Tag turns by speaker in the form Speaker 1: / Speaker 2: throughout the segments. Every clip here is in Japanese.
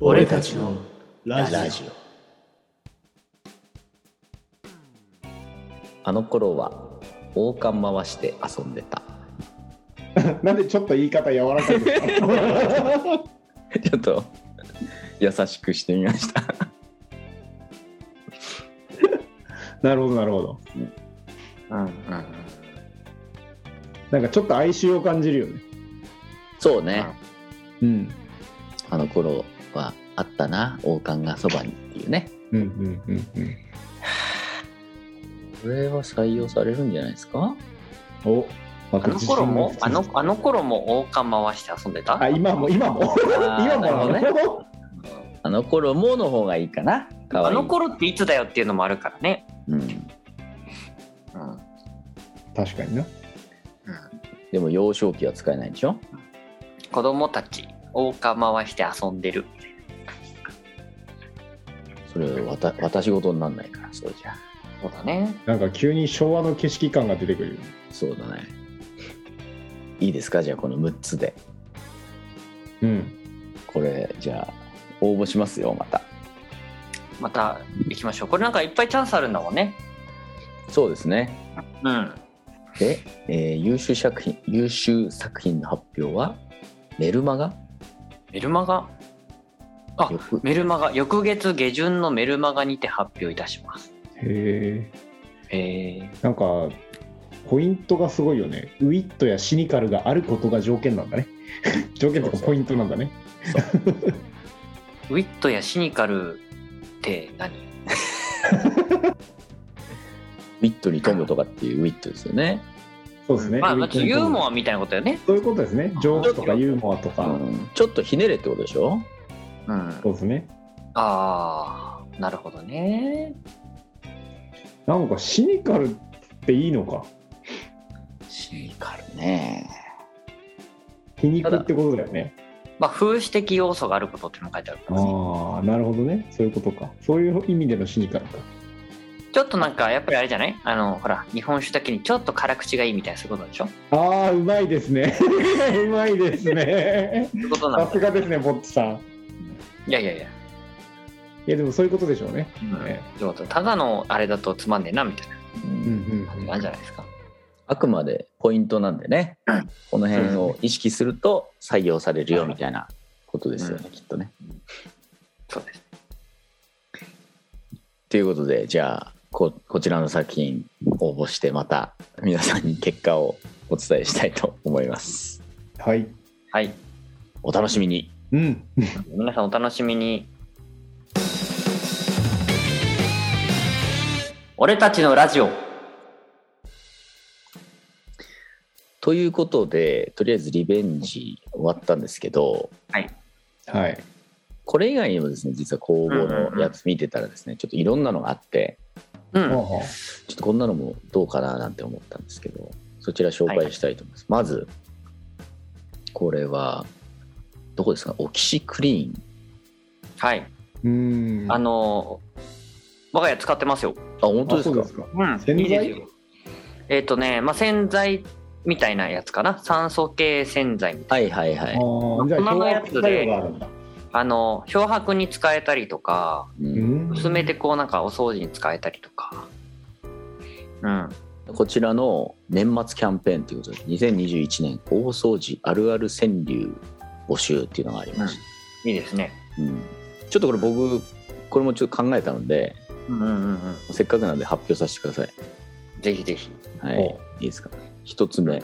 Speaker 1: 俺たちのラジオ
Speaker 2: あの頃は王冠回して遊んでた。
Speaker 3: なんでちょっと言い方柔らかいんですか
Speaker 2: ちょっと優しくしてみました。
Speaker 3: なるほどなるほど
Speaker 2: うんうん、
Speaker 3: なんかちょっと哀愁を感じるよね
Speaker 2: そうね、
Speaker 3: うん
Speaker 2: あの頃はあったな、王冠がそばにっていうね。
Speaker 3: うんうんうんうん
Speaker 2: これは採用されるんじゃないですか
Speaker 3: おあ
Speaker 4: あの頃もあのあの頃も王冠回して遊んでた
Speaker 3: あ今も今も 今も
Speaker 4: なるほどね
Speaker 2: あの頃もの方がいいかな。かわ
Speaker 4: あ
Speaker 2: いい
Speaker 4: の頃っていつだよっていうのもあるからね
Speaker 2: うんうん
Speaker 3: 確かにな
Speaker 2: でも幼少期は使えないでしょ
Speaker 4: 子供たち王冠回して遊んでる
Speaker 2: それはわた私事にならないからそうじゃ
Speaker 4: そうだね
Speaker 3: なんか急に昭和の景色感が出てくるよね
Speaker 2: そうだねいいですかじゃあこの6つで
Speaker 3: うん
Speaker 2: これじゃあ応募しますよまた
Speaker 4: また行きましょうこれなんかいっぱいチャンスあるんだもんね
Speaker 2: そうですね
Speaker 4: うん
Speaker 2: で、えー優秀作品優秀作品の発表はメルマガ
Speaker 4: メルマガあ
Speaker 2: 翌
Speaker 4: メルマガ翌月下旬のメルマガにて発表いたします
Speaker 3: へえ
Speaker 4: へえ
Speaker 3: なんかポイントがすごいよねウィットやシニカルがあることが条件なんだね 条件とかポイントなんだね
Speaker 4: ウィットやシニカルって何
Speaker 2: ウィットに飛ぶとかっていうウィットですよね、
Speaker 3: そうですね
Speaker 4: まあ
Speaker 3: ウィ
Speaker 4: ま
Speaker 3: ッ
Speaker 4: あ
Speaker 3: トに
Speaker 4: ユーモアみたいなことよね
Speaker 3: そういうことですねジョークとかユーモアと
Speaker 2: う
Speaker 3: か、
Speaker 2: ん、ちょっとひねれってことでしょ
Speaker 4: うん
Speaker 3: そうですね
Speaker 4: ああなるほどね
Speaker 3: なんかシニカルっていいのか
Speaker 2: シニカルね
Speaker 3: 皮肉ってことだよね
Speaker 4: まあ風刺的要素があることっていうのも書いてあるからね
Speaker 3: ああなるほどねそういうことかそういう意味でのシニカルか
Speaker 4: ちょっとなんかやっぱりあれじゃないあのほら日本酒だけにちょっと辛口がいいみたいなそういうことでしょそ
Speaker 3: ああうまいですね うまいですね
Speaker 4: ういうことな
Speaker 3: さ
Speaker 4: の
Speaker 3: すがですねぼっちさん
Speaker 4: いやいやいや、
Speaker 3: いやでもそういうことでしょうね
Speaker 4: うん
Speaker 3: ね
Speaker 4: そういうことただのあれだとつまんねえなみたいな
Speaker 2: う
Speaker 3: うんん
Speaker 4: 感
Speaker 3: う
Speaker 4: じ
Speaker 3: ん
Speaker 4: なんじゃないですか、
Speaker 2: あくまでポイントなんでね、この辺を意識すると採用されるよみたいなことですよね、きっとね。
Speaker 4: そうです
Speaker 2: ということでじゃあここちらの作品応募してまた皆さんに結果をお伝えしたいと思います。
Speaker 3: はい
Speaker 4: はい
Speaker 2: お楽しみに
Speaker 3: うん
Speaker 4: 皆さんお楽しみに俺たちのラジオ
Speaker 2: ということでとりあえずリベンジ終わったんですけど
Speaker 3: はい
Speaker 2: これ以外にもですね実は公募のやつ見てたらですねちょっといろんなのがあって
Speaker 4: う
Speaker 3: はあ
Speaker 4: ん
Speaker 3: は
Speaker 2: ちょっとこんなのもどうかななんて思ったんですけどそちら紹介したいと思います。まずこれはどこですかオキシクリーン
Speaker 4: はい、
Speaker 3: うーん
Speaker 4: あの我が家使ってますよ
Speaker 2: あ本当
Speaker 3: あ
Speaker 2: で
Speaker 3: そ
Speaker 2: す
Speaker 3: う
Speaker 2: か
Speaker 3: ですか
Speaker 4: うん
Speaker 3: 洗剤
Speaker 4: いいですよえっ、とね、まあ、洗剤みたいなやつかな酸素系洗剤みたい
Speaker 2: はいはいは
Speaker 3: あ
Speaker 2: い。
Speaker 3: ーじゃあ
Speaker 4: 大
Speaker 3: 漂
Speaker 4: 人のや
Speaker 3: 白
Speaker 4: つで
Speaker 3: 作用があるんだ
Speaker 4: なあの漂白に使えたりとか
Speaker 2: うん
Speaker 3: うん
Speaker 4: 薄めてこうなんかお掃除に使えたりとかうん
Speaker 2: こちらの年末キャンペーンということで2021年大掃除あるある川柳募集っていうのがありまし
Speaker 4: いいですね
Speaker 2: た、うんちょっとこれ僕これもちょっと考えたので
Speaker 4: うんうんうん
Speaker 2: せっかくなんで発表させてください
Speaker 4: うんぜひぜひ
Speaker 2: はい
Speaker 3: お
Speaker 2: いいですか一つ目、
Speaker 4: うん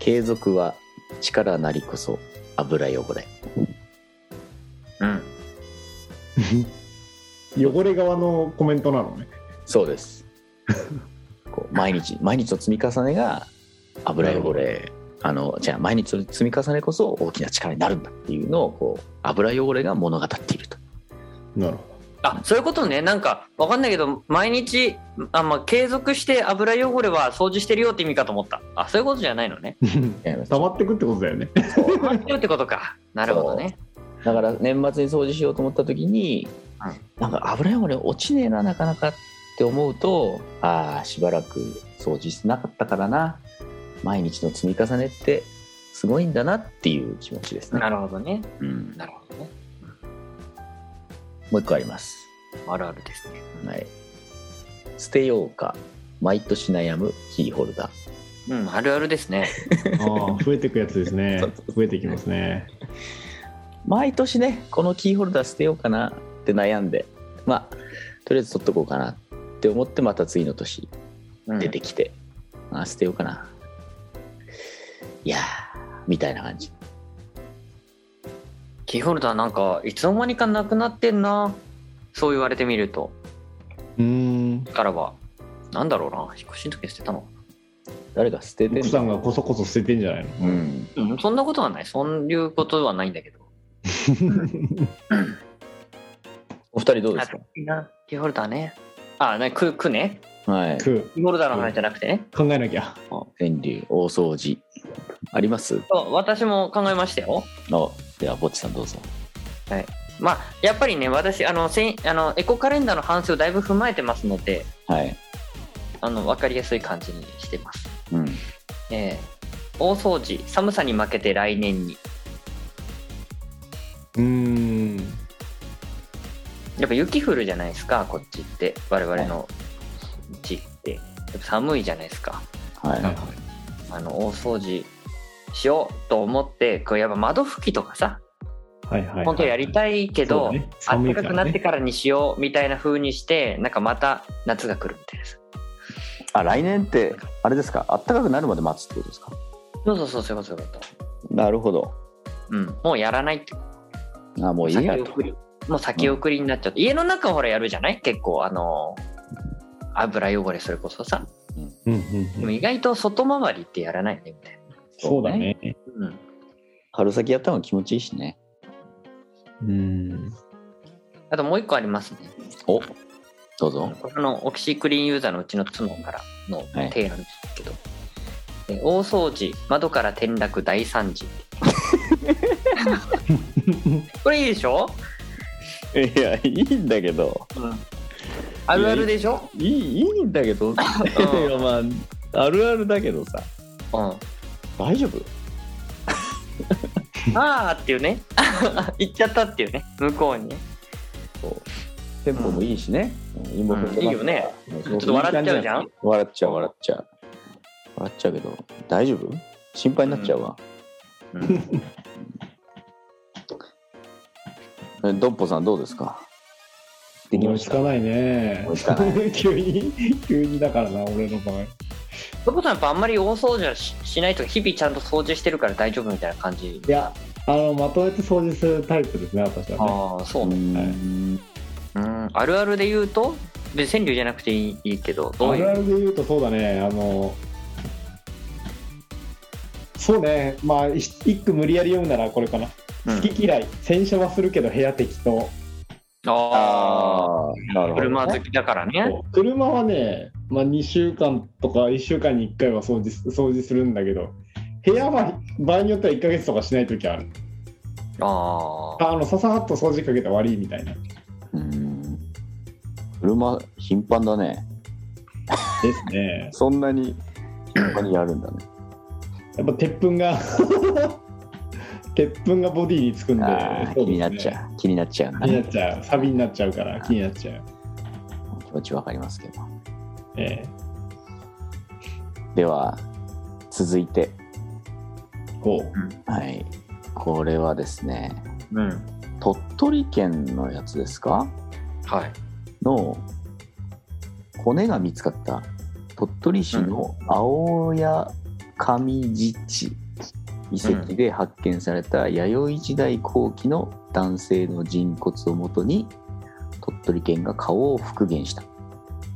Speaker 2: 継続は力なりこそ油汚れ
Speaker 4: うん
Speaker 3: 汚れ側のコメントなのね
Speaker 2: そうです こう毎日毎日の積み重ねが油汚れあのじゃあ毎日の積み重ねこそ大きな力になるんだっていうのをこう油汚れが物語っていると
Speaker 3: なるほ
Speaker 4: あそういうことねなんかわかんないけど毎日あ、まあ、継続して油汚れは掃除してるよって意味かと思ったあそういうことじゃないのね
Speaker 2: 違いま す
Speaker 3: 溜まってくってことだよね
Speaker 4: あそういうってことかなるほどね
Speaker 2: だから年末に掃除しようと思った時に、なんか油汚れ落ちねえななかなかって思うとああしばらく掃除してなかったからな毎日の積み重ねってすごいんだなっていう気持ちですね。
Speaker 4: なるほどね。
Speaker 2: うん、
Speaker 4: なるほどね。
Speaker 2: もう一個あります。
Speaker 4: あるあるですね。
Speaker 2: はい、捨てようか毎年悩むキーホルダー。
Speaker 4: うん、あるあるですね。
Speaker 3: ああ、 増えてくやつですね
Speaker 2: そうそう。
Speaker 3: 増えてきますね。
Speaker 2: 毎年ねこのキーホルダー捨てようかなって悩んでまあとりあえず取っとこうかなって思ってまた次の年
Speaker 4: うん
Speaker 2: 出てきて、あ捨てようかないやーみたいな感じ
Speaker 4: キーホルダーなんかいつの間にかなくなってんなそう言われてみると
Speaker 3: うーん。
Speaker 4: だからはなんだろうな引っ越しの時に捨てたの
Speaker 2: 誰が捨ててん
Speaker 3: 奥さんがこそこそ捨ててんじゃないの
Speaker 2: うん、
Speaker 4: うんそんなことはないそういうことはないんだけど
Speaker 2: お二人どうですか
Speaker 4: キーホルダーねあねくくね
Speaker 2: はい
Speaker 3: く
Speaker 4: キーホルダーの話じゃなくてね
Speaker 3: 考えなきゃ。
Speaker 2: 川柳大掃除あります
Speaker 4: そう私も考えましたよ
Speaker 2: あではぼっちさんどうぞ
Speaker 4: まあやっぱりね私あのせんあのエコカレンダーの反省をだいぶ踏まえてますので
Speaker 2: はい
Speaker 4: あの分かりやすい感じにしてます
Speaker 2: うん
Speaker 4: えー大掃除寒さに負けて来年に
Speaker 3: うーん。
Speaker 4: やっぱ雪降るじゃないですかこっちって我々の地って、やっぱ寒いじゃないですか
Speaker 2: はい
Speaker 4: あの大掃除しようと思ってこうやっぱ窓拭きとかさ
Speaker 3: はいはい。
Speaker 4: 本当やりたいけ
Speaker 3: そ
Speaker 4: ど、
Speaker 3: うだね寒
Speaker 4: 暖
Speaker 3: いか
Speaker 4: からく
Speaker 3: ね
Speaker 4: なってからにしようみたいな風にしてなんかまた夏が来るみたいなさ
Speaker 2: あ来年ってあれですかあったかくなるまで待つってことですか
Speaker 4: そうそうそうそういうことそういうこ
Speaker 2: なるほど
Speaker 4: と、うん、もうやらないって
Speaker 2: あもういいや
Speaker 4: 先
Speaker 2: と
Speaker 4: 送りもう先送りになっちゃって、家の中はほらやるじゃない結構あの油汚れそれこそさ
Speaker 3: うんう
Speaker 4: で
Speaker 3: んう
Speaker 4: も
Speaker 3: ん。
Speaker 4: 意外と外回りってやらないねみたい
Speaker 3: そうだね。
Speaker 4: な、うん、
Speaker 2: 春先やったのが気持ちいいしね
Speaker 3: うん。
Speaker 4: あともう一個ありますね。
Speaker 2: おどうぞ
Speaker 4: これのオキシクリーンユーザーのうちの妻からの提案ですけど、え大掃除、窓から転落大 惨事。これいいでしょ、
Speaker 2: いやいいんだけど
Speaker 4: あるあるでしょ、
Speaker 2: いいいいんだけ どいやまああるあるだけどさ
Speaker 4: うん、あ
Speaker 2: 大丈夫
Speaker 4: あーっていうね。 行っちゃったっていうね。向こうにね。
Speaker 2: テンポもいいしね、うん、今
Speaker 4: うんいいよねちょっと笑っちゃうじゃん
Speaker 2: 笑っちゃう笑っちゃう笑っちゃうけど大丈夫心配になっちゃうわ、えドンポさんどうですかでき
Speaker 3: 思
Speaker 2: ま
Speaker 3: い
Speaker 2: し
Speaker 3: つ
Speaker 2: た
Speaker 3: かないね
Speaker 2: 思いつかな。
Speaker 3: 急に、急にだからな、俺の場合。
Speaker 4: そこさんやっぱあんまり大掃除はししないとか日々ちゃんと掃除してるから大丈夫みたいな感じ。
Speaker 3: いや、あの、まとめて掃除するタイプですね、私はね。
Speaker 4: ああ、そううね。
Speaker 2: ん
Speaker 3: はい
Speaker 4: うん、あるあるで言うと、別に川柳じゃなくていいいいけど、ど
Speaker 3: あ
Speaker 4: うい
Speaker 3: るあ
Speaker 4: う。
Speaker 3: るで言うと、そうだね、あの、そうね、まあ、一一句無理やり読むならこれかな。
Speaker 4: うん
Speaker 3: 好き嫌い、洗車はするけど部屋適当。
Speaker 4: ああ。
Speaker 2: ああなるほど、
Speaker 4: 車好きだからね。
Speaker 3: 車はね、まあ、2週間とか1週間に1回は掃除す掃除するんだけど、部屋は場合によっては1ヶ月とかしないときある。
Speaker 4: ああ。
Speaker 3: ああの、ささっと掃除かけて終わりみたいな。
Speaker 2: うん車頻繁だね
Speaker 3: ですね。
Speaker 2: そんなに頻繁にやるんだね。
Speaker 3: やっぱ鉄粉が 鉄粉がボディにつくんで
Speaker 2: ああ、気になっち
Speaker 3: う
Speaker 2: ゃう。気になっちゃうな。
Speaker 3: 気にな
Speaker 2: 気
Speaker 3: っちゃうサビになっちゃうから気になっちゃう
Speaker 2: 持ちわかりますけど。
Speaker 3: ええ
Speaker 2: では、続いて、
Speaker 3: こう
Speaker 2: はい。これはですね、
Speaker 4: うん。
Speaker 2: 鳥取県のやつですか
Speaker 4: はい。
Speaker 2: の骨が見つかった鳥取市の青谷上寺地遺跡で発見された弥生時代後期の男性の人骨をもとに鳥取県が顔を復元した。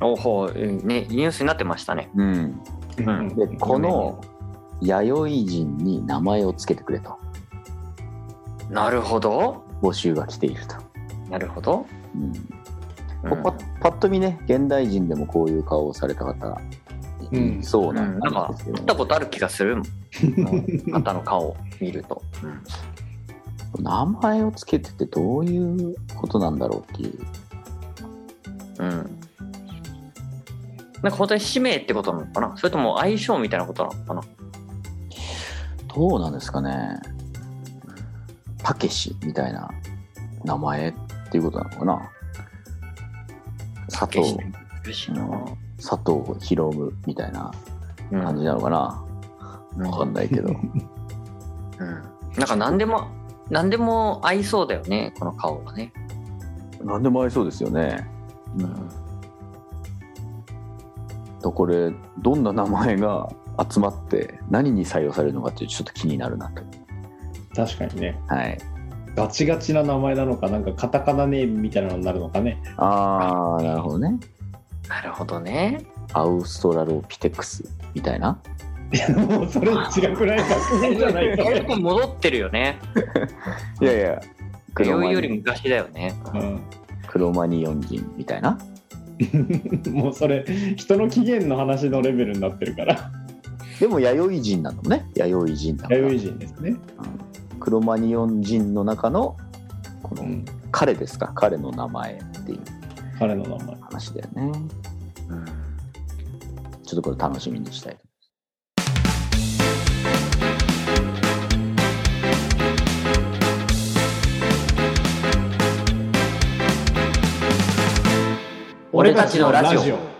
Speaker 4: おほう、うんね、ニュースになってましたね。
Speaker 2: うん、
Speaker 4: うん
Speaker 3: うん
Speaker 2: でこの弥生人に名前をつけてくれと
Speaker 4: なるほど。
Speaker 2: 募集が来ていると、
Speaker 4: なるほど。
Speaker 2: うん
Speaker 4: う
Speaker 2: こうパッパッと見ね現代人でもこういう顔をされた方
Speaker 3: うん
Speaker 2: いそうな
Speaker 4: うんなんか
Speaker 2: んですけど
Speaker 4: 見たことある気がするもん。うんあなたの顔を見ると。うん
Speaker 2: 名前をつけててどういうことなんだろうっていう
Speaker 4: うん。なんか本当に使命ってことなのかなそれとも相性みたいなことなのかな
Speaker 2: どうなんですかねたけしみたいな名前っていうことなのかな佐
Speaker 4: 決
Speaker 2: 藤
Speaker 4: して美しいな
Speaker 2: うん佐藤博夢みたいな
Speaker 4: うん
Speaker 2: 感じなのかな、
Speaker 4: うん
Speaker 2: わかんないけど
Speaker 4: なんか何でも何でも合いそうだよねこの顔がね
Speaker 2: 何でも合いそうですよねとこれどんな名前が集まって何に採用されるのかっていうちょっと気になるなと
Speaker 3: 確かにね。
Speaker 2: はい
Speaker 3: ガチガチな名前なのか、なんかカタカナネームみたいなのになるのかね。
Speaker 2: ああなるほどね
Speaker 4: なるほどね
Speaker 2: アウストラロピテクスみたいな
Speaker 3: もうそれ違く ない学名じゃないそれ
Speaker 4: 結構戻ってるよね
Speaker 2: いやいや
Speaker 4: 余
Speaker 2: 黒
Speaker 4: 裕
Speaker 2: マ
Speaker 4: より
Speaker 2: ニ
Speaker 4: 昔だよね
Speaker 2: 黒マニ四銀みたいな
Speaker 3: うん、もうそれ人の起源の話のレベルになってる から
Speaker 2: でも弥生人なのね弥生人だから
Speaker 3: 弥生人ですね、
Speaker 2: 黒マニ四人の中のこ
Speaker 3: う
Speaker 2: の
Speaker 3: ん、
Speaker 2: 彼ですか彼の名前っていう
Speaker 3: 彼の名前
Speaker 2: 話だよねちょっとこれ楽しみにしたい
Speaker 4: 俺たちのラジオ
Speaker 3: オ